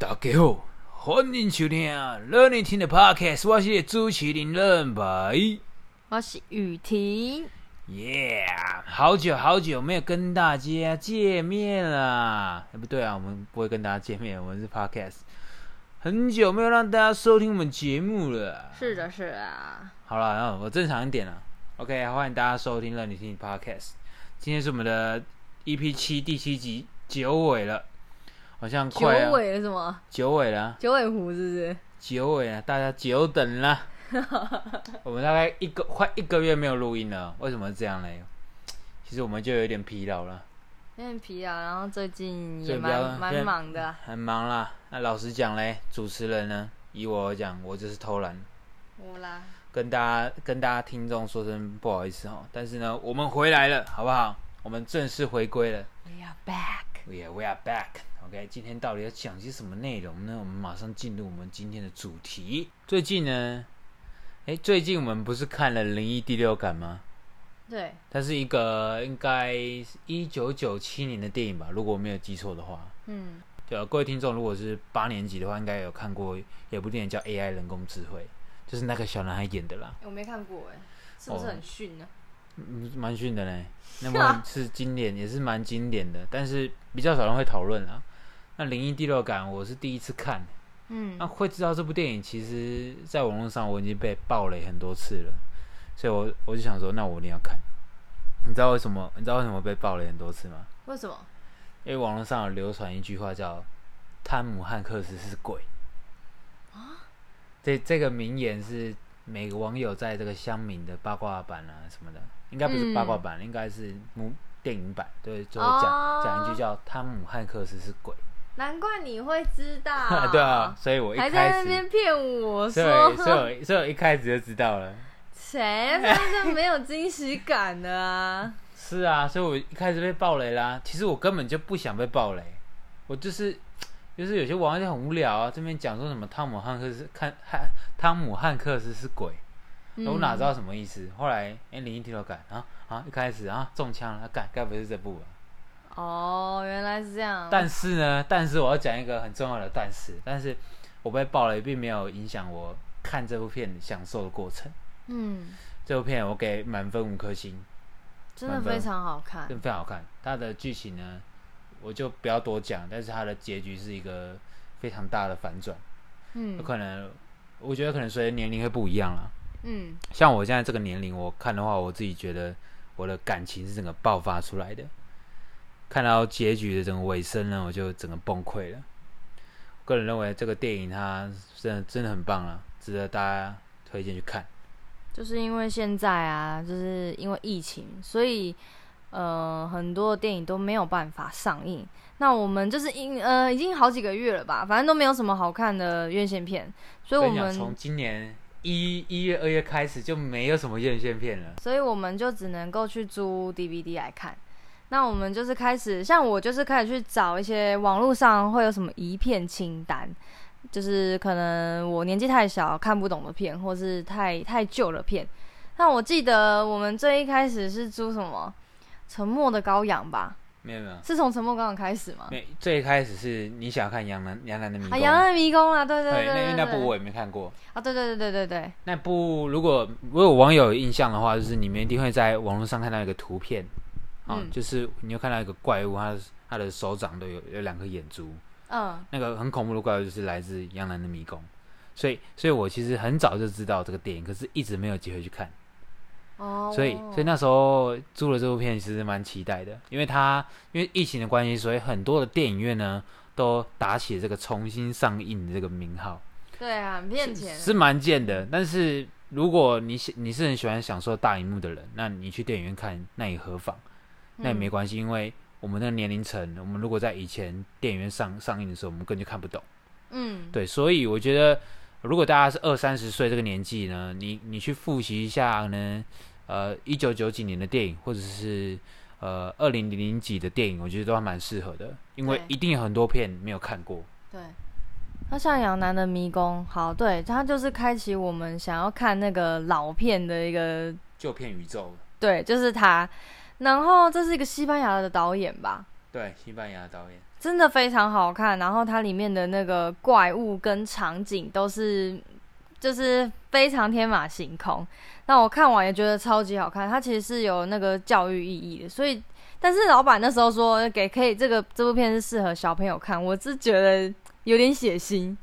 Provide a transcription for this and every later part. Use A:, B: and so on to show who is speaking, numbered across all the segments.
A: 好，欢迎收听乐你听的 Podcast，我是主持人任白。
B: 我啊是雨婷，
A: 耶、好久好久没有跟大家见面啦！哎，不对啊，我们不会跟大家见面，我们是 Podcast。很久没有让大家收听我们节目了。
B: 是的，是啊，
A: 好了，那我正常一点了。OK，欢迎大家收听《让你听 Podcast》，今天是我们的 EP 七第七集结尾了，好像
B: 九
A: 快要
B: 尾是什么？
A: 结尾了啊。
B: 九尾狐是
A: 结尾了，大家久等了。我们大概一个快一个月没有录音了，为什么这样嘞？其实我们就有点疲劳了，
B: 不是？有点疲劳，然后最近
A: 所
B: 也
A: 以不要
B: 蛮蛮忙的啊。
A: 很忙啦。那老实讲嘞，主持人呢，以我而讲，我就是偷懒，
B: 我啦，
A: 跟大家跟大家听众说声不好意思哦。但是呢，我们回来了，好不好？我们正式回归了
B: We are back。
A: ，We are we are back。OK，今天到底要讲些什么内容呢？我们马上进入我们今天的主题。最近呢，哎，最近我们不是看了《灵异第六感》吗？
B: 对，
A: 它是一个应该一九九七年的电影吧，如果我没有记错的话。
B: 嗯，
A: 对、啊，各位听众，如果是八年级的话，应该有看过有部电影叫《AI 人工智慧》，就是那个小男孩演的啦，
B: 我没看过哎，是不是很逊呢？
A: 嗯蛮逊的呢。那么是经典，也是蛮经典的，但是比较少人会讨论啦。那《灵异第六感》我是第一次看，
B: 嗯
A: 那、，会知道这部电影，其实在网络上我已经被爆雷很多次了，所以我我就想说，那我一定要看。你知道为什么？你知道为什么被爆雷很多次吗？
B: 为什么？
A: 因为网络上有流传一句话叫“汤姆汉克斯是鬼”，
B: 啊
A: 这这个名言是每个网友在这个乡民的八卦版啊什么的，应该不是八卦版，应该是母电影版，对，就会讲
B: 嗯哦
A: 讲、一句叫“汤姆汉克斯是鬼。
B: 难怪你会知”，道
A: 对啊，，所以我一
B: 还在
A: 开
B: 那
A: 始，
B: 边骗我
A: 所以
B: 说
A: 所以我所以我一开始就知道了，
B: 谁，这就没有惊喜感 的啊。
A: 是啊，所以我一开始被爆雷啦。其实我根本就不想被爆雷，我就是就是有些网友就很无聊啊，这边讲说什么汤姆汉克斯看汉汤姆汉克斯是鬼，
B: 嗯
A: 我哪知道什么意思？后来哎，灵异第六感啊啊，一开始啊中枪了，干该不是这部吧？
B: 哦，原来是这样。
A: 但是呢，但是我要讲一个很重要的但是，但是我被爆雷并没有影响我看这部片享受的过程。
B: 嗯，
A: 这部片我给满分五颗星，
B: 真的
A: 蛮棒
B: 非常好看
A: 真。的非常好看。它的剧情呢，我就不要多讲，但是它的结局是一个非常大的反转，有
B: 嗯
A: 可能，我觉得可能随着年龄会不一样啦。
B: 嗯，
A: 像我现在这个年龄，我看的话，我自己觉得我的感情是整个爆发出来的。看到结局的整个尾声呢，我就整个崩溃了。个人认为这个电影它真的真的很棒啊，值得大家推荐去看。
B: 就是因为现在啊，就是因为疫情，所以呃，很多电影都没有办法上映。那我们就是因呃，已经好几个月了吧，反正都没有什么好看的院线片，所以
A: 所
B: 我
A: 以讲，从
B: 们
A: 今年一一月、二月开始就没有什么院线片了。
B: 所以我们就只能够去租 DVD 来看。那我们就是开始，像我就是开始去找一些网络上会有什么一片清单，就是可能我年纪太小看不懂的片，或是太太旧的片。那我记得我们最一开始是租什么《沉默的羔羊》吧？
A: 没有没有，
B: 是从《沉默羔羊》开始吗？
A: 没，最开始是你想看杨澜杨澜的迷宫，
B: 啊，《羊的迷宫》啊，对对
A: 对，
B: 对
A: 那因
B: 对
A: 为
B: 对
A: 那部我也没看过。
B: 啊，对对对对对对，
A: 那部如果我有网友有印象的话，就是你们一定会在网络上看到一个图片，啊，
B: 嗯
A: 就是你会看到一个怪物，它的它的手掌都有有两颗眼珠，
B: 嗯
A: 那个很恐怖的怪物就是来自杨澜的迷宫。所以，所以我其实很早就知道这个电影，可是一直没有机会去看。
B: 哦，
A: 所以，所以那时候租了这部片，其实蛮期待的，因为它因为疫情的关系，所以很多的电影院呢都打起了这个重新上映的这个名号，
B: 对啊，很骗钱啊，
A: 是蛮贱的。但是如果你喜你是很喜欢享受大荧幕的人，那你去电影院看那也何妨，那也
B: 嗯
A: 没关系，因为我们那个年龄层，我们如果在以前电影院上上映的时候，我们根本就看不懂。
B: 嗯，
A: 对，所以我觉得，如果大家是二三十岁这个年纪呢，你你去复习一下呢，呃，一九九几年的电影，或者是呃二零零零几的电影，我觉得都还蛮适合的，因为
B: 对
A: 一定有很多片没有看过。
B: 对，那像《杨楠的迷宫》，好，对，它就是开启我们想要看那个老片的一个，
A: 旧片宇宙，
B: 对，就是它。然后这是一个西班牙的导演吧？
A: 对，西班牙导演
B: 真的非常好看。然后它里面的那个怪物跟场景都是就是非常天马行空。那我看完也觉得超级好看，它其实是有那个教育意义的。所以，但是老板那时候说给可以这个这部片是适合小朋友看，我是觉得有点血腥。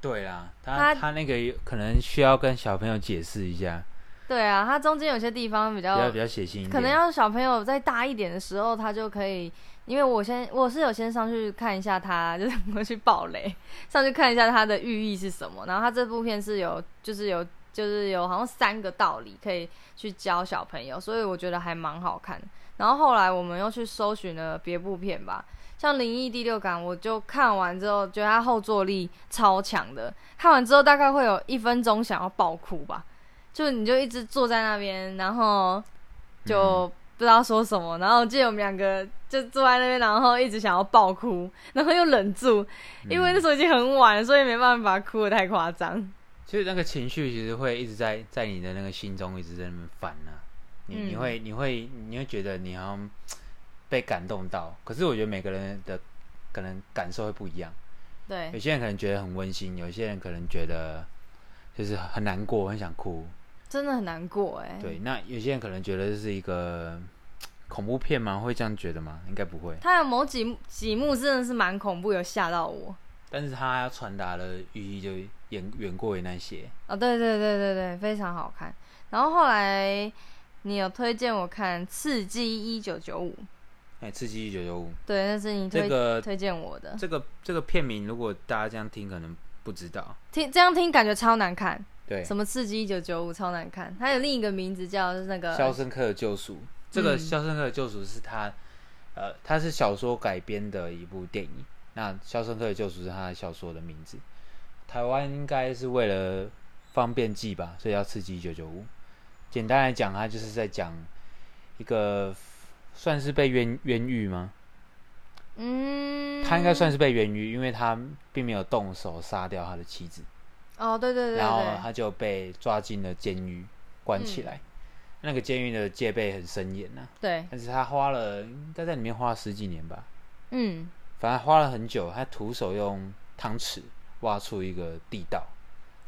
A: 对啦，
B: 他
A: 他他那个有可能需要跟小朋友解释一下，
B: 对啊，它中间有些地方比
A: 比
B: 较
A: 较比较血腥一点。
B: 可能要小朋友再大一点的时候，他就可以，因为我先我是有先上去看一下他，就是我去爆雷，上去看一下他的寓意是什么。然后他这部片是有，就是有，就是有好像三个道理可以去教小朋友，所以我觉得还蛮好看的。然后后来我们又去搜寻了别部片吧，像《灵异第六感》，我就看完之后觉得它后坐力超强的，看完之后大概会有一分钟想要爆哭吧，就你就一直坐在那边，然后就不知道说什么，然后我记得我们两个就坐在那边，然后一直想要爆哭，然后又忍住，因为那时候已经很晚了，所以没办法哭的太夸张。
A: 其实那个情绪其实会一直在在你的那个心中一直在那边翻呢、你、你
B: 嗯
A: 会你会你会觉得你好像被感动到，可是我觉得每个人的可能感受会不一样，
B: 对
A: 有些人可能觉得很温馨，有些人可能觉得就是很难过，很想哭，
B: 真的很难过哎、
A: 对，那有些人可能觉得这是一个恐怖片吗？会这样觉得吗？应该不会，
B: 他有某几幕几幕真的是蛮恐怖，有吓到我。
A: 但是他要传达的寓意就远远过于那些，
B: 哦，对对对对对，非常好看。然后后来你有推荐我看《刺激一九九五》，
A: 哎、刺激一九九五
B: 对，那是你推、
A: 这个
B: 推荐我的。
A: 这个这个片名，如果大家这样听可能不知道，
B: 听这样听感觉超难看，
A: 对，
B: 什么《刺激一九九五》超难看，它有另一个名字叫那
A: 《肖
B: 个
A: 申克的救赎》。这个《
B: 嗯
A: 肖申克的救赎》是他，呃，他是小说改编的一部电影。那《肖申克的救赎》是他的小说的名字。台湾应该是为了方便记吧，所以要刺激九九五。简单来讲，他就是在讲一个算是被冤冤狱吗？
B: 嗯，
A: 他应该算是被冤狱，因为他并没有动手杀掉他的妻子。
B: 哦，对对对
A: 然后啊
B: 对，
A: 他就被抓进了监狱，关起
B: 嗯
A: 来。那个监狱的戒备很森严呐、啊
B: 对，
A: 但是他花了应该在里面花了十几年吧，
B: 嗯，
A: 反正花了很久。他徒手用汤匙挖出一个地道，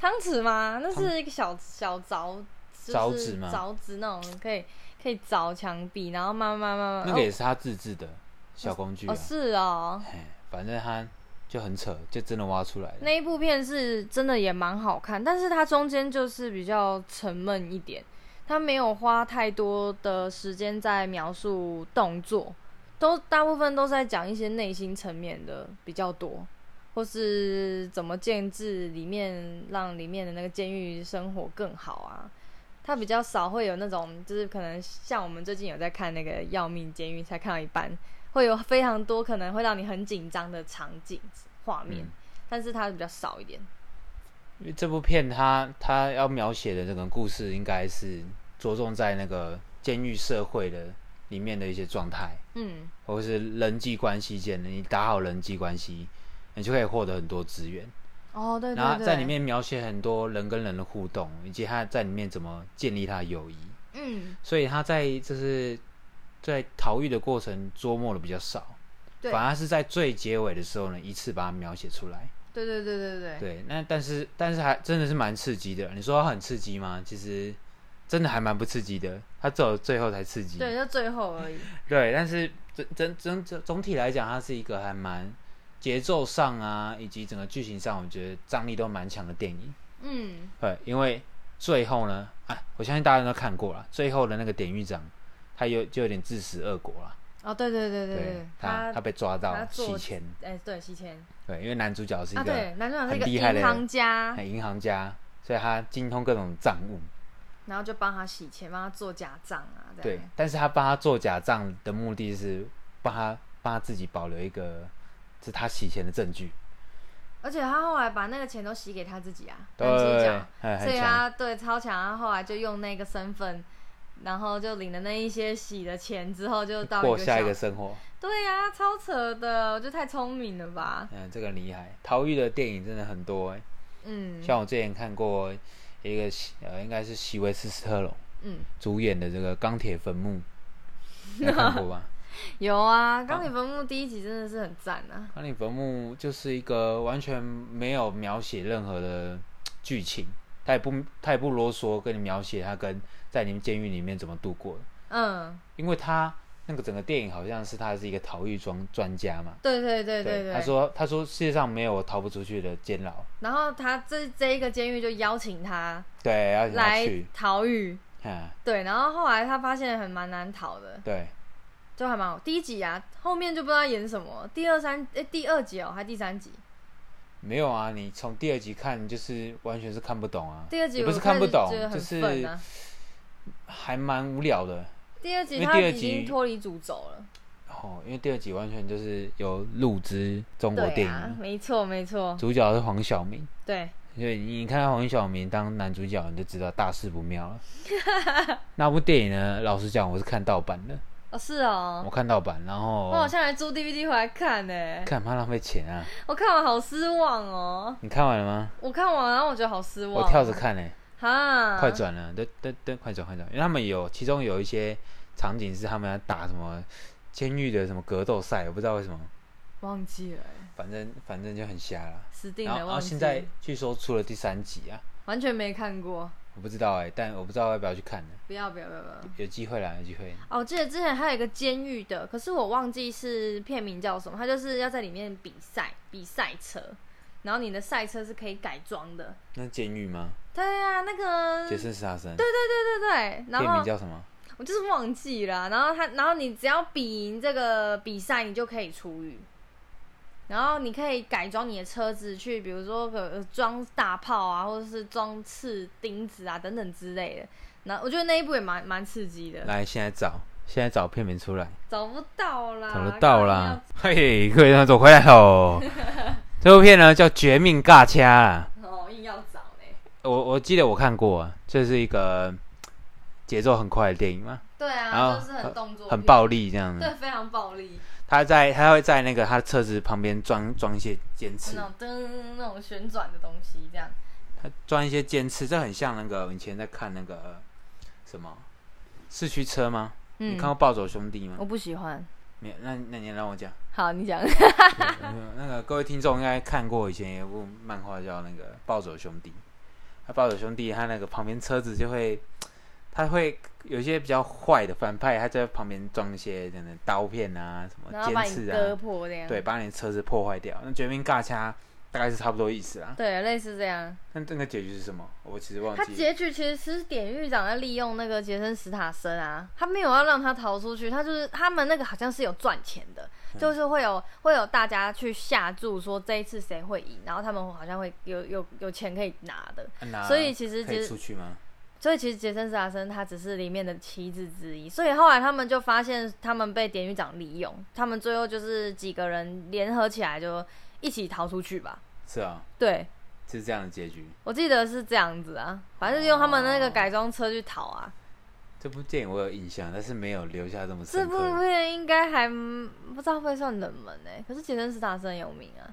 B: 汤匙吗？那是一个小小凿，就是
A: 凿子吗
B: 凿子那种可以可以凿墙壁，然后慢慢慢慢，
A: 那个也是他自制的小工具
B: 嗯哦
A: 啊
B: 哦。是哦，
A: 嘿反正他就很扯，就真的挖出来了。
B: 那一部片是真的也蛮好看，但是它中间就是比较沉闷一点，它没有花太多的时间在描述动作，都大部分都在讲一些内心层面的比较多，或是怎么建制里面让里面的那个监狱生活更好啊。它比较少会有那种，就是可能像我们最近有在看那个《要命监狱》，才看到一半，会有非常多可能会让你很紧张的场景画面。
A: 嗯
B: 但是它比较少一点。
A: 因为这部片他他要描写的这个故事，应该是着重在那个监狱社会的里面的一些状态。
B: 嗯，
A: 或是人际关系间的，你打好人际关系，你就可以获得很多资源。
B: 哦，对对对，
A: 然后在里，面描写很多人跟人的互动，以及他在里面怎么建立他的友谊。
B: 嗯，
A: 所以他在就是在逃狱的过程捉摸的比较少，
B: 对
A: 反而是在最结尾的时候呢，一次把它描写出来。
B: 对对对对对，
A: 对，那但是但是还真的是蛮刺激的。你说它很刺激吗？其实真的还蛮不刺激的，它只有最后才刺激。
B: 对，就最后而已。
A: 对，但是整整整整总体来讲，它是一个还蛮节奏上啊，以及整个剧情上，我觉得张力都蛮强的电影。
B: 嗯，
A: 对，因为最后呢，啊，我相信大家都看过了，最后的那个典狱长，他有就有点自食恶果了。
B: 哦，对对对对
A: 他
B: 他
A: 他被抓到
B: 他做
A: 洗钱，
B: 哎，对，西迁
A: 对，因为男主角是一
B: 啊，
A: 个
B: 对，男主角是
A: 很
B: 一个
A: 厉害的
B: 银行家
A: 哎，银行家，所以他精通各种账务。
B: 然后就帮他洗钱，帮他做假账啊，这
A: 对
B: 样，
A: 但是他帮他做假账的目的是帮他帮他自己保留一个是他洗钱的证据。
B: 而且他后来把那个钱都洗给他自己啊，
A: 对
B: 男主
A: 对
B: 角，
A: 哎
B: 所
A: 很
B: 以啊
A: 强。
B: 他对超强，他后来就用那个身份，然后就领了那一些洗的钱之后，就到
A: 过
B: 一个
A: 下一
B: 小
A: 个生活。
B: 对呀、超扯的，我觉得太聪明了吧，
A: 嗯，这个很厉害。逃狱的电影真的很多、欸，
B: 嗯
A: 像我之前看过一个希呃，应该是席维斯斯特龙
B: 嗯。
A: 主演的这个《钢铁坟墓》，你有看过吧？
B: 有啊，《钢铁坟墓》第一集真的是很赞啊。
A: 《钢铁坟墓》就是一个完全没有描写任何的剧情，他也不他也不啰嗦跟你描写他跟在你们监狱里面怎么度过的，
B: 嗯，
A: 因为他那个整个电影好像是他是一个逃狱专专家嘛。
B: 对对对对
A: 他说他说世界上没有我逃不出去的监牢，
B: 然后他这这一个监狱就邀请他
A: 对，要请他
B: 来
A: 去，
B: 逃狱，
A: 嗯，
B: 对，然后后来他发现很蛮难逃的，
A: 对，
B: 就还蛮好。第一集啊，后面就不知道演什么，第二三哎第二集哦，还第三集，
A: 没有啊，你从第二集看就是完全是看不懂啊，
B: 第二集
A: 也
B: 我
A: 不是看不懂
B: 开始觉得，
A: 就
B: 很愤
A: 是
B: 啊。
A: 还蛮无聊的
B: 第二集
A: 因为
B: 他
A: 第二
B: 已经
A: 集
B: 脱离主轴了，
A: 哦，因为第二集完全就是有入资中国
B: 对
A: 电影，
B: 啊，没错没错，
A: 主角是黄晓明，
B: 对，
A: 所以你看到黄晓明当男主角，你就知道大事不妙 了。那部电影呢，老实讲我是看盗版的，
B: 哦是哦，
A: 我看盗版，然后
B: 我好像还租 DVD 回来看呢、
A: 干嘛浪费钱啊？
B: 我看完好失望哦，
A: 你看完了吗？
B: 我看完然后我觉得好失望，
A: 我跳着看嘞、
B: 哈，
A: 快转了，噔噔噔，快转快转，因为他们有其中有一些场景是他们要打什么监狱的什么格斗赛，我不知道为什么，
B: 忘记了欸、
A: 反正反正就很瞎了。
B: 死定
A: 然
B: 了，
A: 后然后
B: 忘记
A: 现在据说出了第三集啊，
B: 完全没看过，
A: 我不知道哎、但我不知道要不要去看呢，
B: 不要不要不要不要。
A: 有机会啦，有机会。
B: 哦，我记得之前还有一个监狱的，可是我忘记是片名叫什么，它就是要在里面比赛，比赛车，然后你的赛车是可以改装的。
A: 那监狱吗？
B: 对啊，那个
A: 杰
B: 对
A: 森·斯坦森，
B: 对对，然
A: 片名
B: 后
A: 叫什么？
B: 我就是忘记了啊，然后他，然后你只要比赢这个比赛，你就可以出狱。然后你可以改装你的车子去，比如说呃装大炮啊，或者是装刺钉子啊等等之类的。然后我觉得那一部也蛮蛮刺激的。
A: 来，现在找，现在找片名出来，
B: 找不到啦，
A: 找得到啦。嘿，各位观众走回来 喽。这部片呢叫《绝命尬掐》啦。
B: 干嘛要。哦，硬要找嘞。
A: 我我记得我看过、啊，这是一个嗯节奏很快的电影嘛，
B: 对
A: 然
B: 啊，
A: 后
B: 就是很动作，
A: 很，暴力这样子。
B: 对，非常暴力，
A: 他在他会在那个他的车子旁边装装一些尖刺
B: 那，种噔那种旋转的东西，这样。
A: 他装一些尖刺，这很像那个我以前在看那个呃什么四驱车吗？你看过《暴走兄弟》吗？
B: 嗯我不喜欢。
A: 没有，那那你让我讲。
B: 好，你讲。
A: 那个各位听众应该看过以前有一部漫画叫那个《暴走兄弟》，他《暴走兄弟》他那个旁边车子就会，他会有一些比较坏的反派，他就在旁边装一些可能刀片啊、什
B: 然
A: 么
B: 后把
A: 尖
B: 你
A: 刺
B: 割
A: 啊，
B: 破这样。
A: 对，把你的车子破坏掉。那《绝命尬掐》大概是差不多意思啦。
B: 对，类似这样。
A: 那那个结局是什么？我其实忘
B: 他
A: 记了。
B: 结局其实是典狱长在利用那个杰森·史塔森啊，他没有要让他逃出去，他就是他们那个好像是有赚钱的，
A: 嗯
B: 就是会有会有大家去下注说这一次谁会赢，然后他们好像会有有有钱可以拿的，
A: 啊拿
B: 所以其实
A: 可
B: 其
A: 以
B: 实
A: 出去吗？
B: 所以其实杰森·斯塔森他只是里面的棋子之一，所以后来他们就发现他们被典狱长利用，他们最后就是几个人联合起来就一起逃出去吧。
A: 是啊，
B: 对，
A: 是这样的结局。
B: 我记得是这样子啊，反正就用他们那个改装车去逃啊。
A: 这部电影我有印象，但是没有留下这么
B: 这
A: 深
B: 部
A: 刻的。
B: 片应该还嗯不知道会不会算冷门哎、可是杰森·斯塔森很有名啊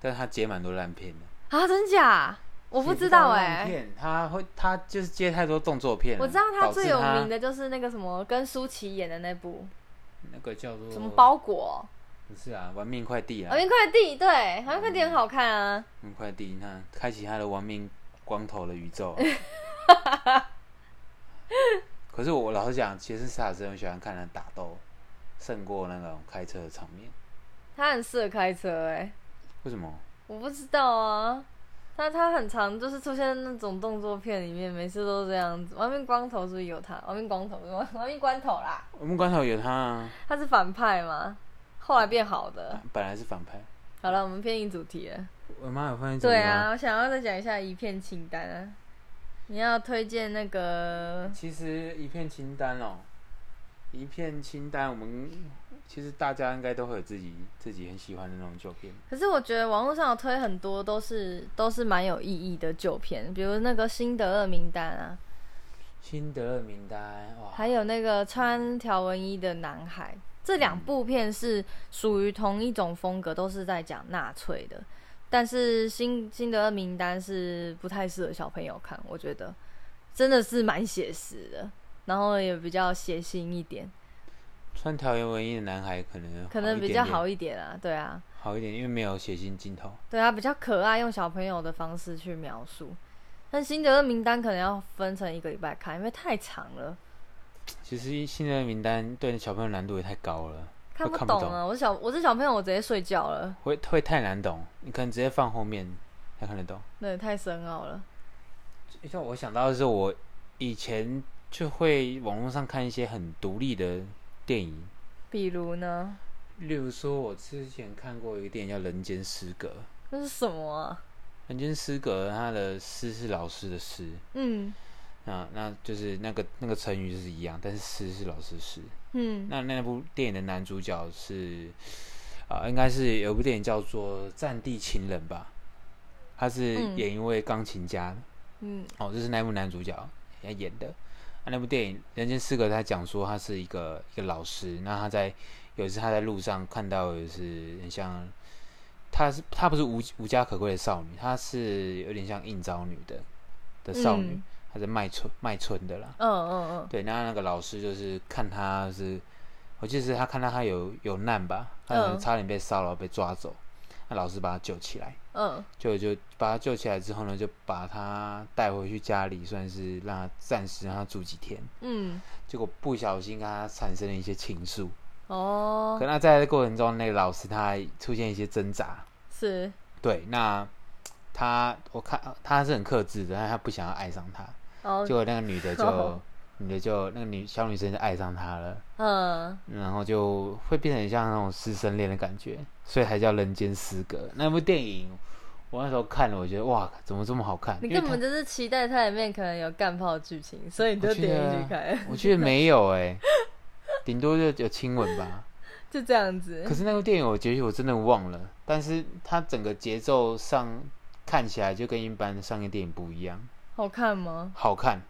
A: 但是他接蛮多烂片的。
B: 啊，真假？我不知道哎、
A: 片他会他就是接太多动作片了，啊
B: 我知道他
A: 导致
B: 最有名
A: 他
B: 的就是那个什么跟舒淇演的那部
A: 那个叫做
B: 什么包裹
A: 不是啊，玩命快递
B: 《
A: 啊，
B: 玩命快递》，对，《玩命快递》很好看啊。
A: 玩命快递，你看开启他的玩命光头的宇宙啊、啊 可是我老实讲，其实斯塔森很喜欢看人打斗，胜过那种开车的场面。
B: 他很适合开车哎、
A: 为什么？
B: 我不知道啊。他他很常就是出现在那种动作片里面，每次都这样子。玩命光头是不是有他？玩命光头，玩玩命关头啦，
A: 我们光头有他啊，
B: 他是反派嘛，后来变好的。
A: 本来是反派。
B: 好了，我们偏离主题了。
A: 我妈有发现
B: 对啊，，我想要再讲一下一片清单啊。你要推荐那个
A: 其实一片清单哦，一片清单，我们其实大家应该都会有自己自己很喜欢的那种旧片。
B: 可是我觉得网络上有推很多都是都是蛮有意义的旧片，比如那个《辛德勒名单》啊，
A: 辛德勒名单哇，
B: 还有那个穿条纹衣的男孩，这两部片是属于同一种风格，都是在讲纳粹的。但是新新的名单是不太适合小朋友看，我觉得真的是蛮写实的，然后也比较血腥一点。
A: 穿条纹文艺的男孩可能
B: 可能
A: 一点
B: 比较
A: 点
B: 好一点啊，对啊，
A: 好一点，因为没有血腥镜头。
B: 对啊，比较可爱，用小朋友的方式去描述。但辛德勒名单可能要分成一个礼拜看，因为太长了，
A: 其实现在的名单对小朋友难度也太高了，
B: 看
A: 会看不
B: 懂
A: 懂
B: 啊。我小我是小朋友，我直接睡觉了，
A: 会会太难懂。你可能直接放后面才看得懂。
B: 对，太深奥了。
A: 像我想到的是，我以前就会网络上看一些很独立的电影，
B: 比如呢，
A: 例如说，我之前看过一个电影叫《人间失格》，《
B: 那是什么啊？
A: 人间失格》它的“失”是老师的“失
B: 嗯”，
A: 那那就是那个那个成语就是一样，但是“失”是老师的“失”。
B: 嗯，
A: 那那部电影的男主角是，啊、应该是有一部电影叫做《战地情人》吧，他是
B: 嗯
A: 演一位钢琴家，
B: 嗯，
A: 哦，这是那部男主角他演的。啊、那部电影《人间失格》，他讲说他是一个一个老师，那他在有一次他在路上看到的是很像，她是她不是无无家可归的少女，她是有点像应招女的的少女
B: 嗯，
A: 她、是卖春卖春的啦。
B: 嗯嗯嗯，
A: 对，那那个老师就是看他是，我记得是他看到他有有难吧，他可能
B: 嗯
A: 差点被骚扰被抓走，那老师把他救起来，
B: 嗯，
A: 就就把他救起来之后呢，就把他带回去家里，算是让他暂时让他住几天。
B: 嗯，
A: 结果不小心跟他产生了一些情愫，
B: 哦，
A: 可那在这过程中，那个老师他出现一些挣扎，
B: 是，
A: 对，那他我看他是很克制的，但他不想要爱上他，
B: 哦
A: 结，果那个女的就
B: 哦
A: 女的就那个女小女生就爱上他了。
B: 嗯，
A: 然后就会变成像那种师生恋的感觉，所以才叫《人间失格》。那部电影我那时候看了，我觉得哇，怎么这么好看？
B: 你
A: 因为
B: 根本就是期待它里面可能有干炮剧情，所以你
A: 我
B: 就
A: 觉得
B: 点进去 看，
A: 它我觉得没有哎、顶多就有亲吻吧。
B: 就这样子
A: 可。是那部电影，我觉得我真的忘了，但是它整个节奏上看起来就跟一般的商业电影不一样，
B: 好看吗？
A: 好看，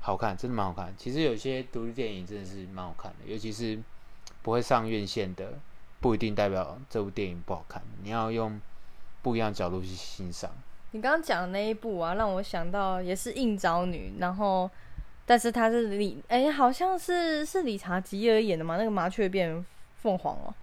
A: 好看，真的蛮好看。其实有些独立电影真的是蛮好看的，尤其是不会上院线的，不一定代表这部电影不好看。你要用不一样的角度去欣赏。
B: 你刚刚讲的那一部啊，让我想到也是应招女，然后但是她是理哎、好像是是理查吉尔演的嘛，那个麻雀变凤凰哦，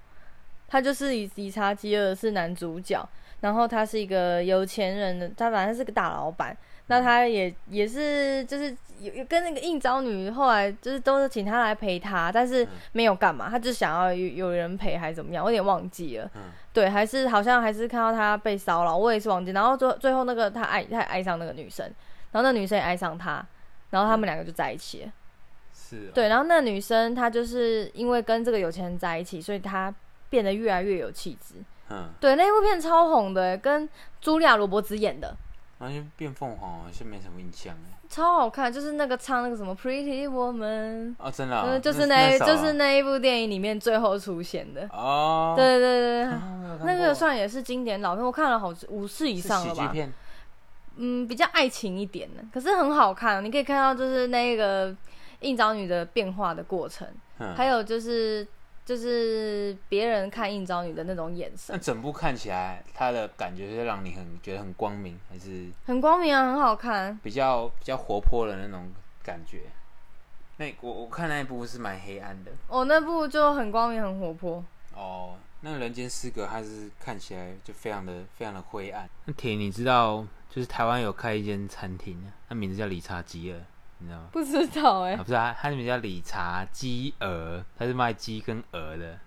B: 他就是理理查吉尔是男主角，然后他是一个有钱人的，他反正是个大老板。那他也也是就是有有跟那个应招女后来就是都是请他来陪他，但是没有干嘛，他就想要有有人陪还是怎么样，我有点忘记了。
A: 嗯
B: 对，还是好像还是看到他被骚扰，我也是忘记。然后最最后那个他爱他也爱上那个女生，然后那女生也爱上他，然后他们两个就在一起了。
A: 是、啊
B: 对，然后那女生她就是因为跟这个有钱人在一起，所以她变得越来越有气质。
A: 嗯，
B: 对，那部片超红的，欸跟茱莉亚·罗伯兹演的，
A: 然后就变凤凰，好像没什么印象哎。
B: 超好看。就是那个唱那个什么《Pretty Woman》，
A: 哦，真的、哦
B: 嗯，就是
A: 那
B: 那，就是那一部电影里面最后出现的。
A: 哦，
B: 对对对对，
A: 啊没有看
B: 那个
A: 过
B: 算也是经典老片，我看了好五次以
A: 是
B: 上
A: 喜
B: 了
A: 剧
B: 吧。
A: 片，
B: 嗯，比较爱情一点的，可是很好看。啊你可以看到就是那个应招女的变化的过程，
A: 嗯，
B: 还有就是就是别人看应招女的那种眼
A: 那
B: 神，
A: 整部看起来它的感觉是让你很觉得很光明，还是
B: 很光明啊，很好看。
A: 比较比较活泼的那种感觉。那我我看那一部是蛮黑暗的
B: 我、哦那部就很光明，很活泼。
A: 哦。那《人间失格》它是看起来就非常的非常的灰暗。那婷，你知道就是台湾有开一间餐厅，那名字叫理查吉尔，你知道吗？
B: 不知道哎、
A: 啊，不是啊，它的名字叫理查鸡鹅，它是卖鸡跟鹅的。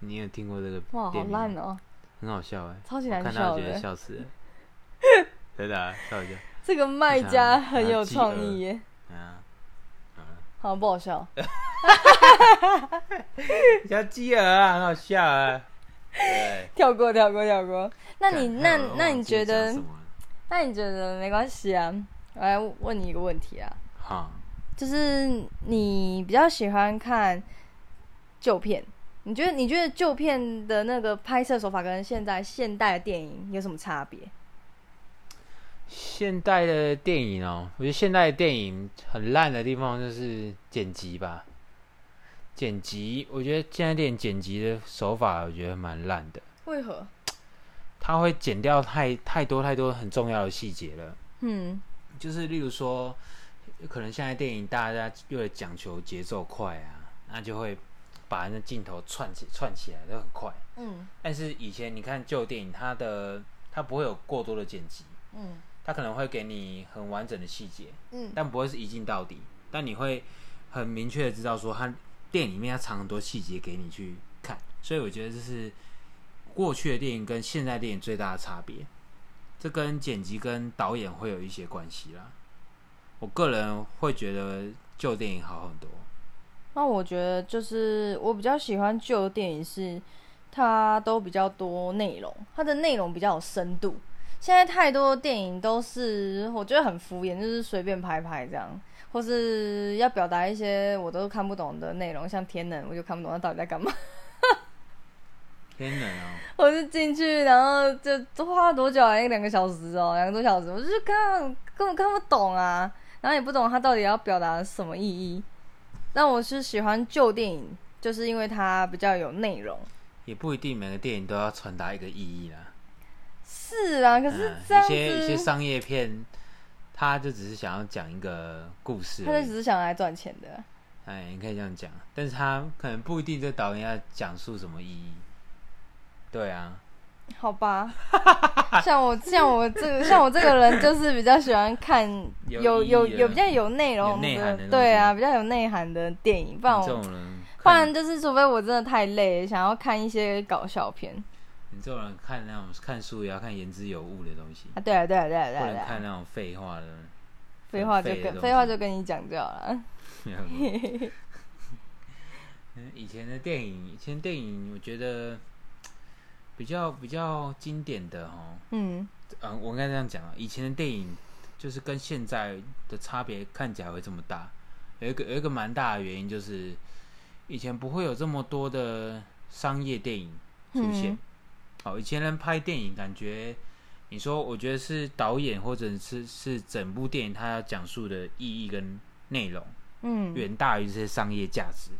A: 你有听过这个？
B: 哇，好烂
A: 哦，
B: 哦、
A: 很好笑哎、
B: 超级
A: 我
B: 难
A: 看到
B: 笑
A: 我觉得
B: 的。
A: 笑 死了，真的啊、笑一下。
B: 这个卖家很有创意耶，
A: 啊，
B: 好不好笑？
A: 叫鸡鹅啊，很好笑啊。对。
B: 跳过，跳过，跳过。那
A: 干
B: 你
A: 还
B: 那
A: 有
B: 那
A: 忘
B: 你
A: 记
B: 觉
A: 讲
B: 得
A: 什？么了
B: 那你觉得没关系啊？我来问你一个问题啊。
A: 哈，
B: 就是你比较喜欢看旧片，你觉得你觉得旧片的那个拍摄手法跟现在现代的电影有什么差别？
A: 现代的电影哦，我觉得现代的电影很烂的地方就是剪辑吧。剪辑，我觉得现在电影剪辑的手法，我觉得蛮烂的。
B: 为何？
A: 它会剪掉太太多太多很重要的细节了，
B: 嗯
A: 就是例如说，可能现在电影大家为了讲求节奏快啊，那就会把那镜头串起串起来都很快。
B: 嗯
A: 但是以前你看旧电影，它的它不会有过多的剪辑，
B: 嗯
A: 它可能会给你很完整的细节，
B: 嗯
A: 但不会是一镜到底。但你会很明确的知道说，它电影里面它藏很多细节给你去看。所以我觉得这是过去的电影跟现在电影最大的差别。这跟剪辑跟导演会有一些关系啦。我个人会觉得旧电影好很多。
B: 那我觉得就是我比较喜欢旧的电影是，它都比较多内容，它的内容比较有深度。现在太多电影都是我觉得很敷衍，就是随便拍拍这样，或是要表达一些我都看不懂的内容，像天能我就看不懂他到底在干嘛。
A: 天冷哦，
B: 我就进去，然后就都花了多久啊？一两个小时哦，两个多小时，我就是看根本看不懂啊，然后也不懂他到底要表达什么意义。但我是喜欢旧电影，就是因为它比较有内容。
A: 也不一定每个电影都要传达一个意义啦。
B: 是啊，可是
A: 嗯，
B: 这样
A: 一些一些
B: 子，
A: 商业片，他就只是想要讲一个故事
B: 他
A: 而
B: 就
A: 已，
B: 只是想来赚钱的。
A: 哎，你可以这样讲，但是他可能不一定这导演要讲述什么意义。对啊，
B: 好 吧，像我像我这个像我这个人，就是比较喜欢看
A: 有
B: 有
A: 意义
B: 有
A: 的
B: 有比较有内
A: 有
B: 容
A: 内涵的东西
B: 对啊，比较有内涵的电影，不然
A: 你这
B: 我
A: 种人看，
B: 不然就是，除非我真的太累，想要看一些搞笑片
A: 你这种人看那种看书也要看言之有物的东西，
B: 啊。对啊，对啊，对啊，对
A: 不
B: 啊，对
A: 能
B: 啊
A: 看那种废话的。
B: 废话就
A: 很废的
B: 跟
A: 东
B: 废话
A: 西
B: 就跟你讲就好了。
A: 没有 以前的电影，以前电影我觉得比较比较经典的哦，
B: 嗯，
A: 嗯，我应该这样讲啊，以前的电影就是跟现在的差别看起来会这么大，有一个有一个蛮大的原因就是以前不会有这么多的商业电影出现。
B: 嗯
A: 哦，以前人拍电影感觉，你说我觉得是导演或者是是整部电影它要讲述的意义跟内容
B: 嗯，
A: 远大于这些商业价值。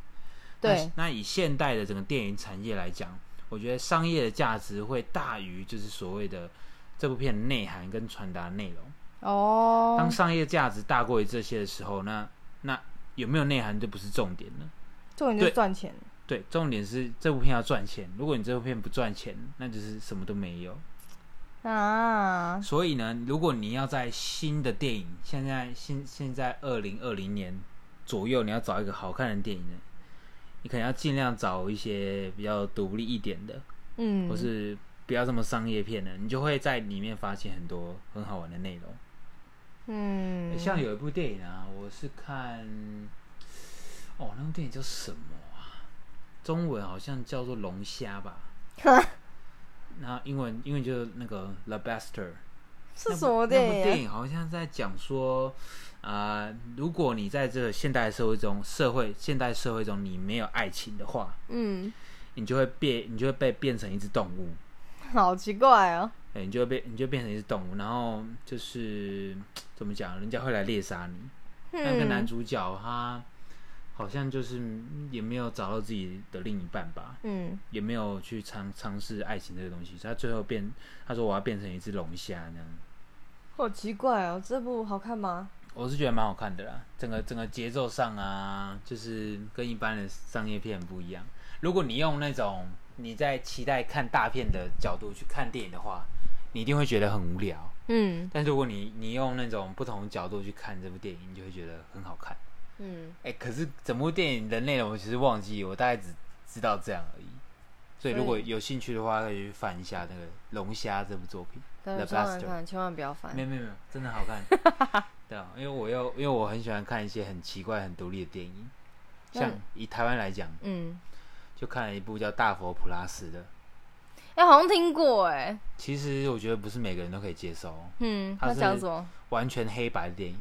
B: 对，
A: 那，那以现代的整个电影产业来讲，我觉得商业的价值会大于就是所谓的这部片的内涵跟传达内容。
B: 哦
A: 当，商业价值大过于这些的时候，那那有没有内涵就不是重点了。
B: 重点就是赚钱。
A: 对，重点是这部片要赚钱。如果你这部片不赚钱，那就是什么都没有。
B: 啊，
A: 所以呢，如果你要在新的电影，现在现现在二零二零年左右，你要找一个好看的电影呢，你可能要尽量找一些比较独立一点的，
B: 嗯
A: 或，是不要这么商业片的，你就会在里面发现很多很好玩的内容。
B: 嗯，
A: 像有一部电影啊，我是看，哦，那部电影叫什么啊？中文好像叫做《龙虾》 吧，那英文英文就是那个《The Bester》。
B: 是
A: 那部
B: 什
A: 那部
B: 么电
A: 电
B: 影
A: 影
B: 啊？
A: 好像在讲说，啊、如果你在这个现代社会中，社会现代社会中你没有爱情的话，
B: 嗯，
A: 你就会变，你就会被变成一只动物，
B: 好奇怪哦。
A: 哎、你就会被，你就变成一只动物，然后就是怎么讲，人家会来猎杀你。那个男
B: 嗯
A: 主角他好像就是也没有找到自己的另一半吧，
B: 嗯，
A: 也没有去尝尝试爱情这个东西，所以他最后变，他说我要变成一只龙虾那样。
B: 好奇怪哦，这部好看吗？
A: 我是觉得蛮好看的啦，整个整个节奏上啊，就是跟一般的商业片不一样。如果你用那种你在期待看大片的角度去看电影的话，你一定会觉得很无聊。
B: 嗯
A: 但如果你你用那种不同的角度去看这部电影，你就会觉得很好看。
B: 嗯，
A: 哎、可是整部电影的内容我其实忘记，我大概只知道这样而已。所以如果
B: 所以
A: 有兴趣的话，可以去翻一下那个《龙虾》这部作品。
B: 但
A: The
B: 是千万
A: Blaster
B: 看，千万不要翻
A: 没。有没有没有，真的好看。对啊，因为我又因为我很喜欢看一些很奇怪、很独立的电影。像
B: 嗯
A: 以台湾来讲，
B: 嗯，
A: 就看了一部叫《大佛普拉斯》的。
B: 哎，好像听过哎。
A: 其实我觉得不是每个人都可以接受，哦
B: 嗯，
A: 它
B: 他
A: 是
B: 讲什么？
A: 完全黑白的电影。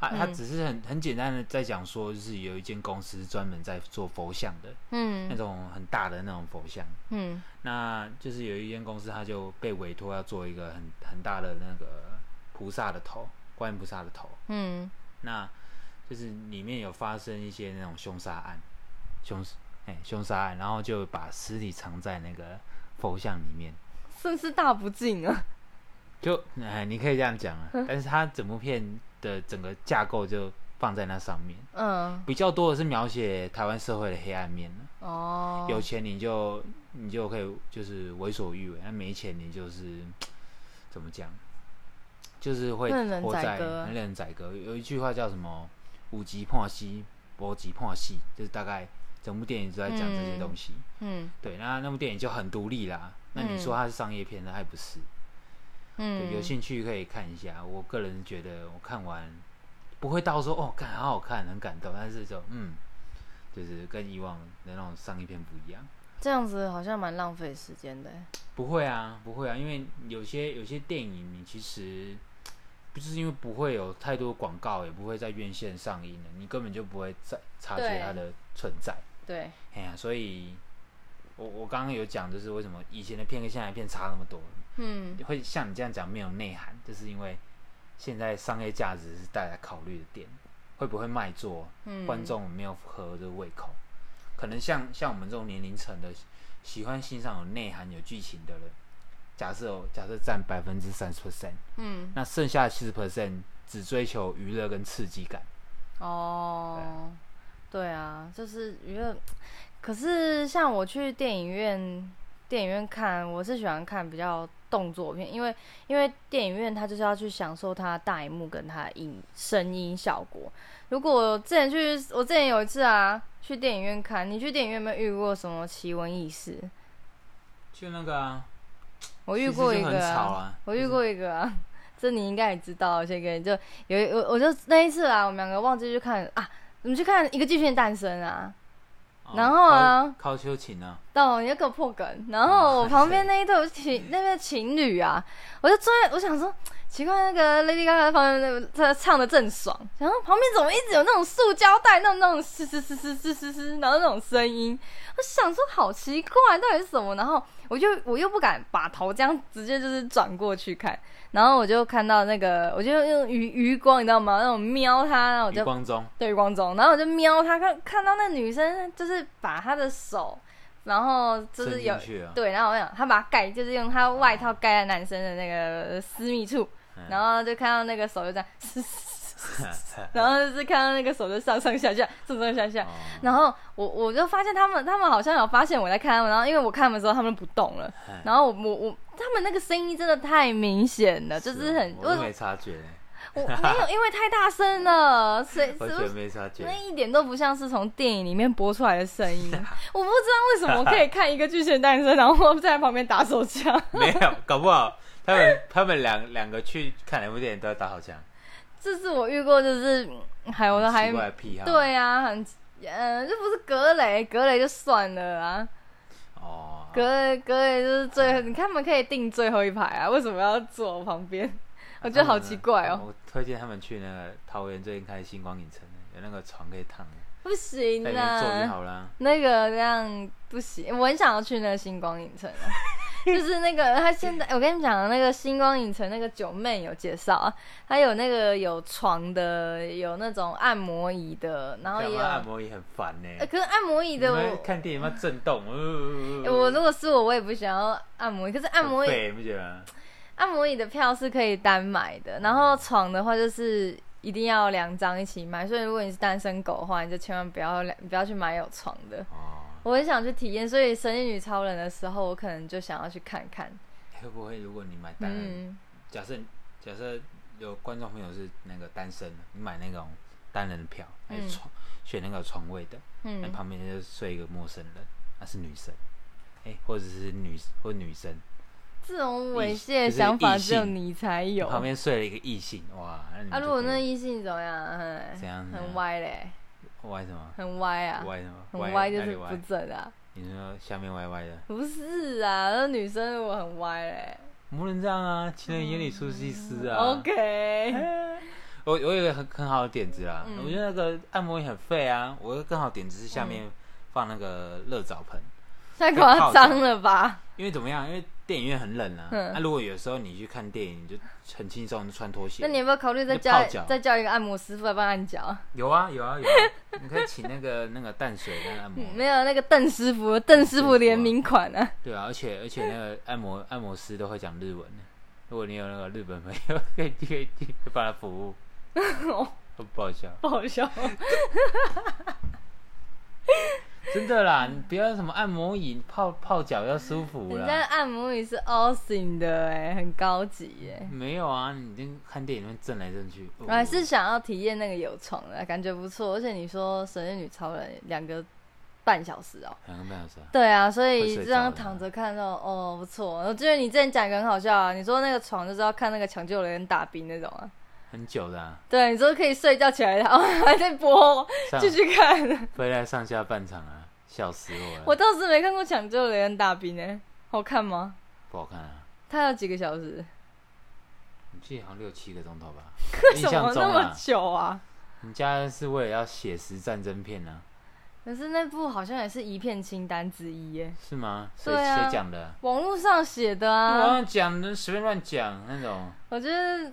A: 它它
B: 嗯
A: 只是很很简单的在讲说，就是有一间公司专门在做佛像的那
B: 嗯
A: 种很大的那种佛像。
B: 嗯
A: 那就是有一间公司，他就被委托要做一个很很大的那个菩萨的头，观音菩萨的头。
B: 嗯
A: 那就是里面有发生一些那种凶杀案，凶哎、凶杀案，然后就把尸体藏在那个佛像里面，
B: 甚是大不敬啊。嗯
A: 就哎、你可以这样讲啊。但是它整部片的整个架构就放在那上面。
B: 嗯，
A: 比较多的是描写台湾社会的黑暗面了
B: 哦，
A: 有钱你就你就可以就是为所欲为，那没钱你就是怎么讲，就是会
B: 任人
A: 活
B: 宰
A: 在
B: 割啊
A: 很令人宰割。有一句话叫什么“五级破西，波级破西”，就是大概整部电影都在讲这些
B: 嗯
A: 东西。
B: 嗯
A: 对，那那部电影就很独立啦。那你说它是商业片，那还不是。对，
B: 嗯，
A: 有兴趣可以看一下。我个人觉得我看完不会到说哦，看好好看，很感动，但是就嗯，就是跟以往的那种商业片不一样。
B: 这样子好像蛮浪费时间的欸。
A: 不会啊，不会啊，因为有些有些电影你其实不是因为不会有太多广告，也不会在院线上映的，你根本就不会再察觉
B: 对
A: 它的存在。
B: 对，
A: 哎呀、所以我我刚刚有讲，就是为什么以前的片跟现在的片差那么多，
B: 嗯，
A: 会像你这样讲没有内涵，就是因为现在商业价值是大家考虑的点，会不会卖座，
B: 嗯
A: 观众没有合这个胃口，可能像像我们这种年龄层的，喜欢欣赏有内涵、有剧情的人，假设哦假设占百分之三十 percent，
B: 嗯，
A: 那剩下七十 percent 只追求娱乐跟刺激感，
B: 哦，对啊，就是娱乐。可是像我去电影院，电影院看，我是喜欢看比较动作片，因为因为电影院它就是要去享受它大荧幕跟它的音声音效果。如果我之前去，我之前有一次啊，去电影院看，你去电影院有没有遇过什么奇闻异事？
A: 就那个、啊、
B: 我遇过一
A: 其实就
B: 个、
A: 很
B: 啊
A: 吵，啊，
B: 我遇过一个啊，这你应该也知道。先给你就有一我，我就那一次啊，我们两个忘记去看啊，我们去看一个巨星的诞生啊，
A: 哦
B: 然后啊
A: 靠靠秋琴啊，
B: 到你要给我破梗。然后我旁边那一对有情那对情侣啊，我就坐在我想说。奇怪，那个 Lady Gaga 旁边那个她唱的正爽，然后旁边怎么一直有那种塑胶袋那种那种嘶嘶嘶嘶嘶嘶嘶，然后那种声音，我想说好奇怪，到底是什么？然后我就我又不敢把头这样直接就是转过去看，然后我就看到那个，我就用余余光，你知道吗？那种瞄他，然后我
A: 余
B: 就
A: 光中，
B: 对光中，然后我就瞄他，看看到那女生就是把她的手，然后就是
A: 伸
B: 有
A: 进去啊，
B: 对，然后我想他把它盖，就是用他外套盖在男生的那个私密处，
A: 嗯
B: 然后就看到那个手就这样， 然后就是看到那个手就上上下下，上上下下，
A: 哦
B: 然后我我就发现他们，他们好像有发现我在看他们，然后因为我看他们的时候，他们不动了
A: 哎，
B: 然后我我我他们那个声音真的太明显了，就
A: 哦
B: 是很
A: 我都没察觉，
B: 我没有因为太大声了，所以
A: 完
B: 所以
A: 全没察觉
B: 那。一点都不像是从电影里面播出来的声 音，我不知道为什么我可以看一个巨蟹诞生，然后在旁边打手枪，
A: 没有，搞不好他们他们两两个去看哪部电影都要打好枪，
B: 这是我遇过，就是嗯还我都还
A: 奇怪的癖好。，
B: 对啊，很呃，这不是格雷，格雷就算了啊，
A: 哦，
B: 格雷格雷就是最后，你看他们可以订最后一排啊，为什么要坐我旁 边？我觉得好奇怪
A: 他们
B: 哦，
A: 我推荐他们去那个桃园最近开的星光影城，有那个床可以躺，
B: 不行
A: 在里面坐就
B: 啊，
A: 好啦。
B: 那个这样不行，我很想要去那个星光影城、 啊。就是那个，他现在我跟你讲，啊那个星光影城那个九妹有介绍啊，他有那个有床的，有那种按摩椅的，然后也
A: 干
B: 有，
A: 嘛按摩也很烦呢、
B: 呃可是按摩椅
A: 你
B: 的
A: 们
B: 我，
A: 看电影要震动，呃
B: 欸我如果是我，我也不想要按摩椅。可是按摩
A: 很
B: 椅，
A: 废不觉得吗？
B: 按摩椅的票是可以单买的，然
A: 嗯
B: 后床的话就是一定要两张一起买。所以如果你是单身狗的话，你就千万不要两不要去买有床的。
A: 哦，
B: 我很想去体验，所以《神力女超人》的时候，我可能就想要去看看。
A: 会不会如果你买单人，
B: 嗯，
A: 假设假设有观众朋友是那个单身的，你买那种单人票，还有
B: 嗯
A: 床、选那个床位的，那
B: 嗯
A: 旁边就睡一个陌生人，那是女生，哎、或者是女或女生，
B: 这种猥亵的想法只有你才有。
A: 旁边睡了一个异性，哇，那你们
B: 啊，
A: 就
B: 如果
A: 可以
B: 那异性怎么样？哎
A: 怎样
B: 很歪嘞，
A: 歪什么
B: 很歪啊，
A: 歪什么
B: 很歪就
A: 哪里
B: 是不
A: 歪？
B: 正啊。
A: 你说下面歪歪的，
B: 不是啊，那女生我很歪嘞。
A: 不能这样啊，情人眼里出西施啊。
B: 嗯 OK，
A: 我我有一个很很好的点子啦，
B: 嗯
A: 我觉得那个按摩也很废啊，我有更好的点子是下
B: 嗯
A: 面放那个热澡盆，
B: 太夸张了吧？
A: 因为怎么样？因为电影院很冷啊，
B: 嗯
A: 那、如果有时候你去看电影，你就很轻松地穿拖鞋
B: 那。你有没有考虑再
A: 那
B: 叫
A: 泡脚
B: 再叫一个按摩师傅来帮你按脚？
A: 有啊有 啊有啊，你可以请那个那个淡水的按摩，
B: 没有嗯那个邓师傅，邓师傅联名款啊，
A: 对啊，而且而且那个按
B: 嗯
A: 摩按摩师都会讲
B: 哦
A: 日文的，如果你有那个日本朋友，可以可以可以帮他服务。哦不好笑，
B: 不好笑。
A: 真的啦，你不要什么按摩椅泡泡脚要舒服
B: 人家
A: 啦。
B: 按摩椅是 O 型的哎、很高级耶、
A: 没有啊，你这看电影那边震来震去。哦
B: 我还是想要体验那个有床的感觉不错，而且你说《神力女超人》两个半小时哦、
A: 两个半小时啊，
B: 对啊，所以
A: 会睡
B: 这样
A: 着的
B: 躺着看到哦不错。我觉得你之前讲一个很好笑啊，你说那个床就是要看那个抢救人员打兵那种啊。
A: 很久的、啊，
B: 对，你说可以睡觉起来，然后还在播，
A: 上
B: 继续看。
A: 回来上下半场啊，笑死我了。
B: 我倒是没看过抢救人员打兵呢、好看吗？
A: 不好看啊，
B: 它要几个小时？
A: 你记得好像六七个钟头吧？
B: 为
A: 印
B: 什
A: 象
B: 么
A: 中
B: 那么
A: 啊，
B: 久啊？
A: 人家是为了要写实战争片呢、
B: 可是那部好像也是一片清单之一耶，
A: 是吗？谁
B: 对啊
A: 谁讲的？
B: 网络上写的
A: 我
B: 啊。
A: 要讲的随便乱讲那种，
B: 我觉得，嗯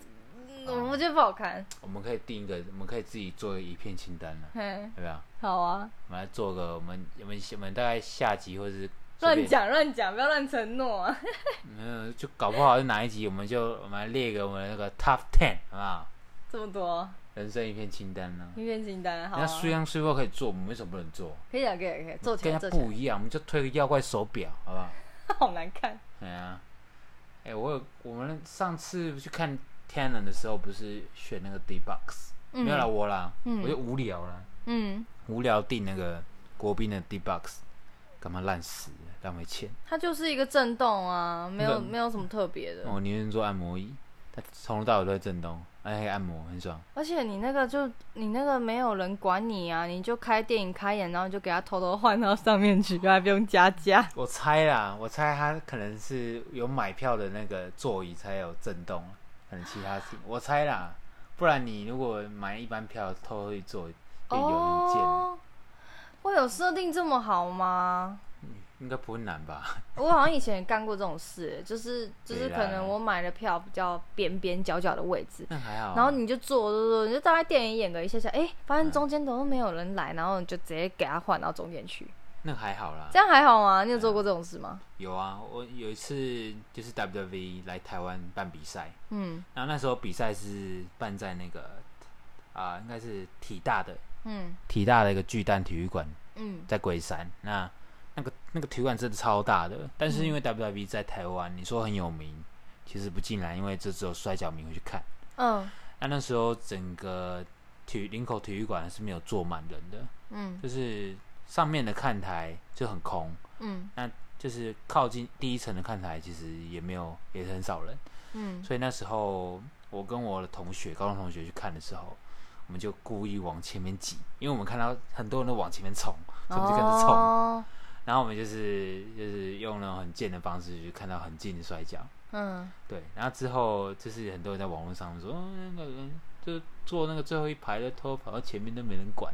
B: 我觉得不好看。
A: 我们可以定一个，我们可以自己做一片清单了，
B: 嘿，
A: 有没有？
B: 好啊，
A: 我们来做个，我们我们我们大概下集或者是随
B: 乱
A: 便，
B: 讲乱讲，不要乱承诺啊。
A: 没有就搞不好是哪一集，我们就我们来列一个我们那个 top ten 好不好？
B: 这么多
A: 人生一片清单呢、
B: 一片清单，好、
A: 人家
B: 啊。
A: 苏阳苏波可以做，我们为什么不能做？
B: 可以啊，可以啊，可以啊，做起
A: 跟
B: 来，
A: 人
B: 做
A: 家
B: 起来
A: 不一样，我们就推个妖怪手表，好不好？
B: 好难看。
A: 对啊，哎、我有我们上次去看《天人》的时候，不是选那个 D box，、没有啦，我啦，
B: 嗯
A: 我就无聊啦，
B: 嗯，
A: 无聊订那个国宾的 D box，干嘛烂死了，浪费钱。
B: 它就是一个震动啊，没有
A: 那个
B: 没有什么特别的。
A: 我宁愿做按摩椅，它从头到尾都在震动，哎，按摩很爽。
B: 而且你那个就你那个没有人管你啊，你就开电影开演，然后你就给它偷偷换到上面去，还不用加价。
A: 我猜啦，我猜它可能是有买票的那个座椅才有震动，可能其他事情，我猜啦。不然你如果买一般票，偷偷去坐，也有人见，
B: 哦，我有设定这么好吗？
A: 应该不会难吧？
B: 我好像以前也干过这种事，欸就是就
A: 对
B: 是
A: 啦
B: 可能我买的票比较边边角角的位置，
A: 那还好啊、
B: 然后你就坐坐坐，你就大概电影演个一下下，哎、发
A: 嗯
B: 现中间怎么都没有人来，然后你就直接给它换到中间去，
A: 那还好啦
B: 这。样还好吗？你有做过这种事吗？
A: 有啊，我有一次就是 WWE 来台湾办比赛，
B: 嗯
A: 然后那时候比赛是办在那个啊、应该是体大的
B: 嗯
A: 体大的一个巨蛋体育馆，
B: 嗯
A: 在龟山。那那个那个体育馆真的超大的，但是因
B: 嗯
A: 为 WWE 在台湾，你说很有名，其实不进来，因为这只有摔跤迷会去看。
B: 嗯
A: 那那时候整个体林口体育馆是没有坐满人的，
B: 嗯
A: 就是上面的看台就很空，
B: 嗯
A: 就是靠近第一层的看台，其实也没有，也很少人。
B: 嗯，
A: 所以那时候我跟我的同学，高中同学去看的时候，我们就故意往前面挤，因为我们看到很多人都往前面冲，所以我们就跟着冲。
B: 哦，
A: 然后我们就是就是用那种很贱的方式去看到很近的摔跤。
B: 嗯
A: 对，然后之后就是很多人在网络上说，嗯、那个人就坐那个最后一排的偷跑到前面都没人管。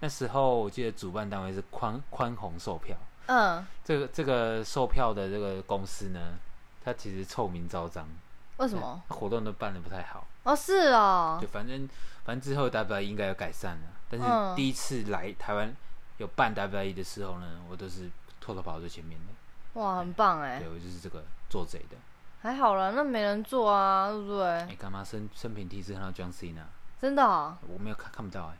A: 那时候我记得主办单位是宽宽宏售票。
B: 嗯，
A: 这个这个售票的这个公司呢，它其实臭名昭彰，
B: 为什么？
A: 活动都办的不太好。
B: 哦，是哦
A: 就，反正反正之后 W E 应该要改善了，但
B: 嗯
A: 是第一次来台湾有办 W E 的时候呢，我都是偷偷跑到最前面的，
B: 哇，很棒哎
A: 对，我就是这个做贼的。
B: 还好了，那没人做啊，对不对？
A: 哎，干嘛生生平第一次看到 John Cena？
B: 真的哦，
A: 我没有看看不到哎、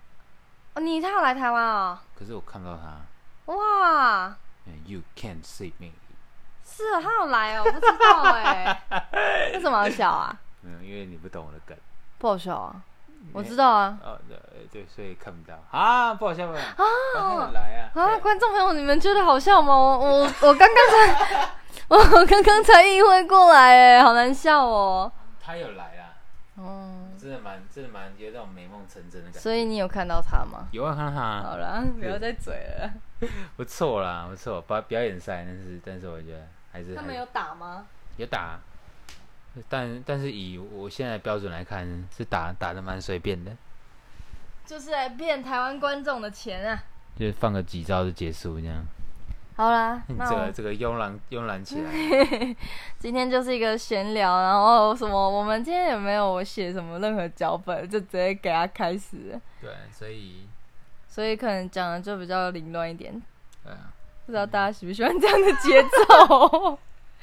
B: 哦你他有来台湾啊？
A: 可是我看不到他。
B: 哇，
A: 哎 You can't see me，
B: 是啊，他有来哦，我不知道哎， 为什么要笑啊？
A: 没嗯有，因为你不懂我的梗。
B: 不好笑啊，我知
A: 道。
B: 道啊。
A: 哦，对对，所以看不到啊，不好笑吧？啊，来啊！
B: 啊，观众朋友，你们觉得好笑吗？我我我刚刚才， 我刚刚才意会过来，哎，好难笑哦。
A: 他有来啊啦，
B: 哦，
A: 真的蛮真的蛮有那种美梦成真的感觉。
B: 所以你有看到他吗？
A: 有啊，看到他啊
B: 好啦，不要再嘴了。
A: 不错啦，不错，表表演赛，但是但是我觉得还是
B: 他们
A: 还
B: 有打吗？
A: 有打，但但是以我现在的标准来看，是打打的蛮随便的，
B: 就是来骗台湾观众的钱啊！
A: 就是放个几招就结束这样。
B: 好啦，
A: 你
B: 那
A: 这个
B: 我
A: 这个慵懒慵懒 起来，
B: 今天就是一个闲聊，然后什么，我们今天也没有写什么任何脚本，就直接给他开始了，
A: 对，所以
B: 所以可能讲的就比较凌乱一点。
A: 对啊，
B: 不知道大家喜不喜欢这样的节奏？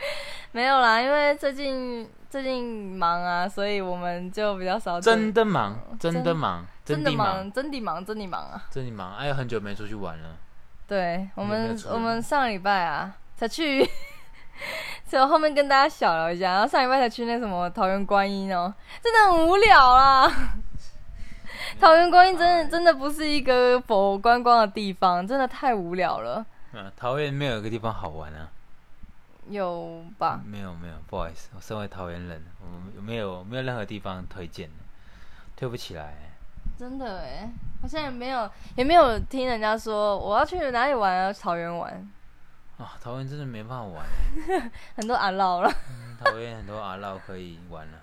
B: 没有啦，因为最近最近忙啊，所以我们就比较少准
A: 真的忙，真的忙，
B: 真
A: 的
B: 的忙
A: 忙，，
B: 真的忙，真的忙啊！
A: 真的忙。哎，很久没出去玩了，
B: 对我
A: 你有没有
B: 们
A: 出，门
B: 我们上礼拜啊才去， 所以我后面跟大家小聊一下，然后上礼拜才去那什么桃园观音哦，真的很无聊 啦。桃园观音真的真的不是一个否观光的地方，真的太无聊了，
A: 嗯，桃园没有一个地方好玩啊。
B: 有吧？
A: 没有没有，不好意思，我身为桃园人，我没有没有任何地方推荐，推不起来。
B: 真的哎，好像也没有也没有听人家说我要去哪里玩啊，桃园玩，
A: 啊，桃园真的没办法 玩，
B: 很多阿老了，
A: 桃园很多阿绕可以玩啊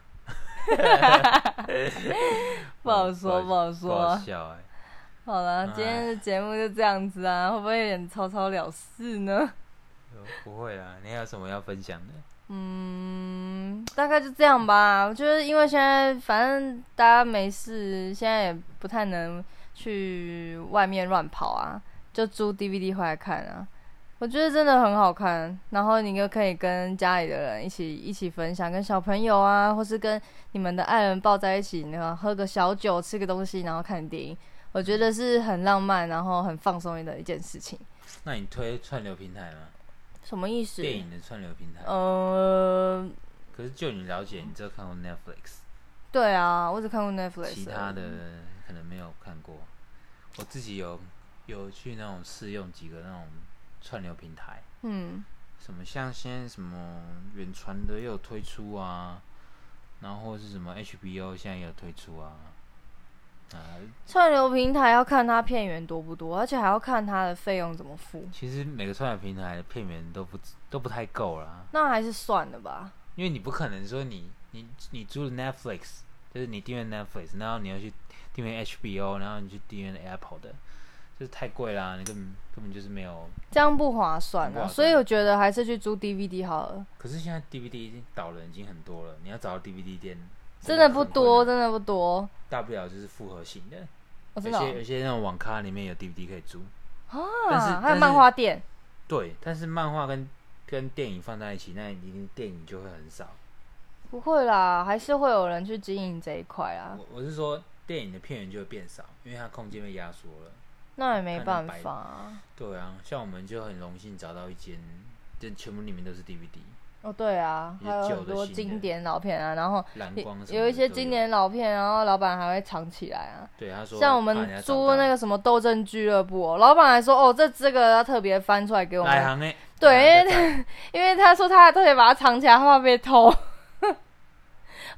A: 了、
B: 不好说不好
A: 不
B: 说
A: 好。笑哎、
B: 好了，今天的节目就这样子啊，会不会有点草草了事呢？
A: 不会啦，你还有什么要分享的？
B: 嗯，大概就这样吧。我觉得，因为现在反正大家没事，现在也不太能去外面乱跑啊，就租 DVD 回来看啊。我觉得真的很好看，然后你又可以跟家里的人一起一起分享，跟小朋友啊，或是跟你们的爱人抱在一起，然后喝个小酒，吃个东西，然后看电影。我觉得是很浪漫，然后很放松的一件事情。
A: 那你推串流平台吗？
B: 什么意思？
A: 电影的串流平台。
B: 哦呃，
A: 可是就你了解，你只有看过 Netflix，
B: 对啊，我只看过 Netflix，嗯
A: 其
B: 而
A: 他
B: 已
A: 的可能没有看过。我自己有有去那种试用几个那种串流平台，
B: 嗯
A: 什么像现在什么远传的也有推出啊，然后是什么 HBO 现在也有推出啊，啊，，
B: 串流平台要看它片源多不多，而且还要看它的费用怎么付。
A: 其实每个串流平台的片源都不都不太够啦，
B: 那还是算了吧。
A: 因为你不可能说你你你租了 Netflix，就是你订阅 Netflix，然后你要去订阅 HBO，然后你去订阅 Apple 的，就是太贵啦，你根本根本就是没有。
B: 这样不划算
A: 不
B: 啊，
A: 划算
B: 所以我觉得还是去租 DVD 好了，
A: 可是现在 DVD 已经倒了，已经很多了，你要找到 DVD 店
B: 真的不
A: 很困啊
B: 多，
A: 难，
B: 真的不多。
A: 大不了就是复合型的，
B: 我、真
A: 有
B: 的
A: 些
B: 哦
A: 有些那种网咖里面有 DVD 可以租。但是
B: 啊，还
A: 但
B: 有
A: 是
B: 漫画店，
A: 对，但是漫画跟跟电影放在一起，那一定电影就会很少。
B: 不会啦，还是会有人去经营这一块啊。
A: 我我是说，电影的片源就会变少，因为它空间被压缩了。
B: 那也没
A: 看
B: 办
A: 到白
B: 法、啊。
A: 对啊，像我们就很荣幸找到一间，这全部里面都是 DVD，
B: 哦，对啊，
A: 也
B: 还有
A: 旧
B: 很
A: 的
B: 多
A: 新
B: 经
A: 的
B: 典老片啊，然后
A: 蓝
B: 也
A: 光什么
B: 有一
A: 的
B: 些
A: 都
B: 经
A: 有。
B: 典老片，然后老板还会藏起来啊。
A: 对，他说
B: 像我
A: 怕人
B: 们
A: 家找
B: 租
A: 到
B: 那个什么斗阵俱乐部、哦，老板还说哦，这这个要特别翻出来给我
A: 来
B: 们，
A: 行哎，
B: 对
A: 来行欸
B: 因为他说他还特别把它藏起来，他怕被偷。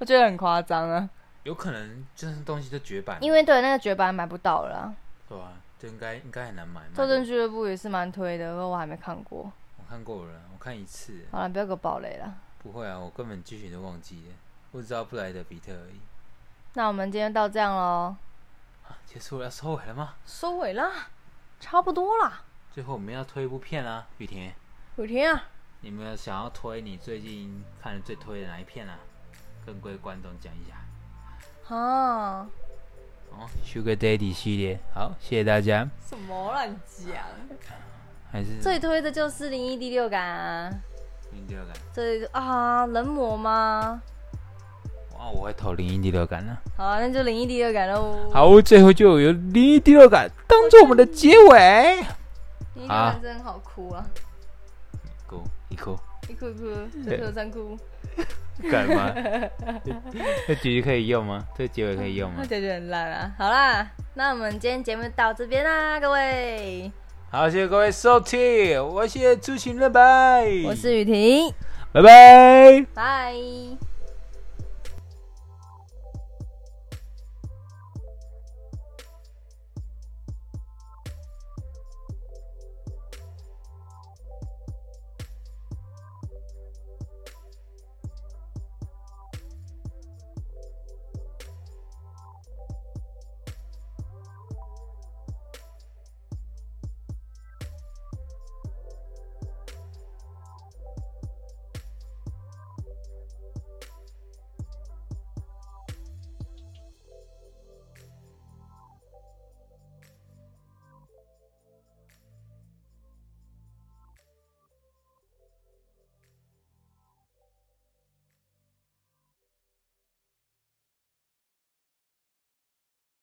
B: 我觉得很夸张啊，
A: 有可能这东西都绝版，
B: 因为对那个绝版买不到了啊，
A: 对啊，这应该应该很难买。
B: 斗阵
A: 去
B: 俱乐部也是蛮推的，不过我还没看过。
A: 我看过了，我看一次，
B: 好了，不要给我暴雷了。
A: 不会啊，我根本剧情都忘记了，我只知道布莱德比特而已。
B: 那我们今天到这样喽，
A: 啊结束了，要收尾了吗？
B: 收尾啦，差不多啦。
A: 最后我们要推一部片啦、雨婷，
B: 雨婷啊，
A: 你们有想要推你最近看的最推的哪一片啊？跟各位观众讲一下
B: 啊，
A: 哦，Sugar Daddy 系列，好，谢谢大家，
B: 什么乱讲？
A: 还是
B: 最推的就是《零一第六感、啊》，
A: 零第六感，
B: 这啊人魔吗？
A: 哇，我会投零一第六感呢、
B: 好、啊，那就零一第六感喽。
A: 好，最后就由零一第六感当做我们的结尾。
B: 零一第六
A: 啊
B: 感真好哭啊，
A: 哭一哭，
B: 一哭一哭，左哭三哭，
A: 干 嘛？这结局可以用吗？这结尾可以用吗
B: 那？感觉很烂啊。好啦，那我们今天节目到这边啦，各位，
A: 好，谢谢各位收听，我是朱晴乐拜，
B: 我是雨婷，
A: 拜拜。
B: 拜。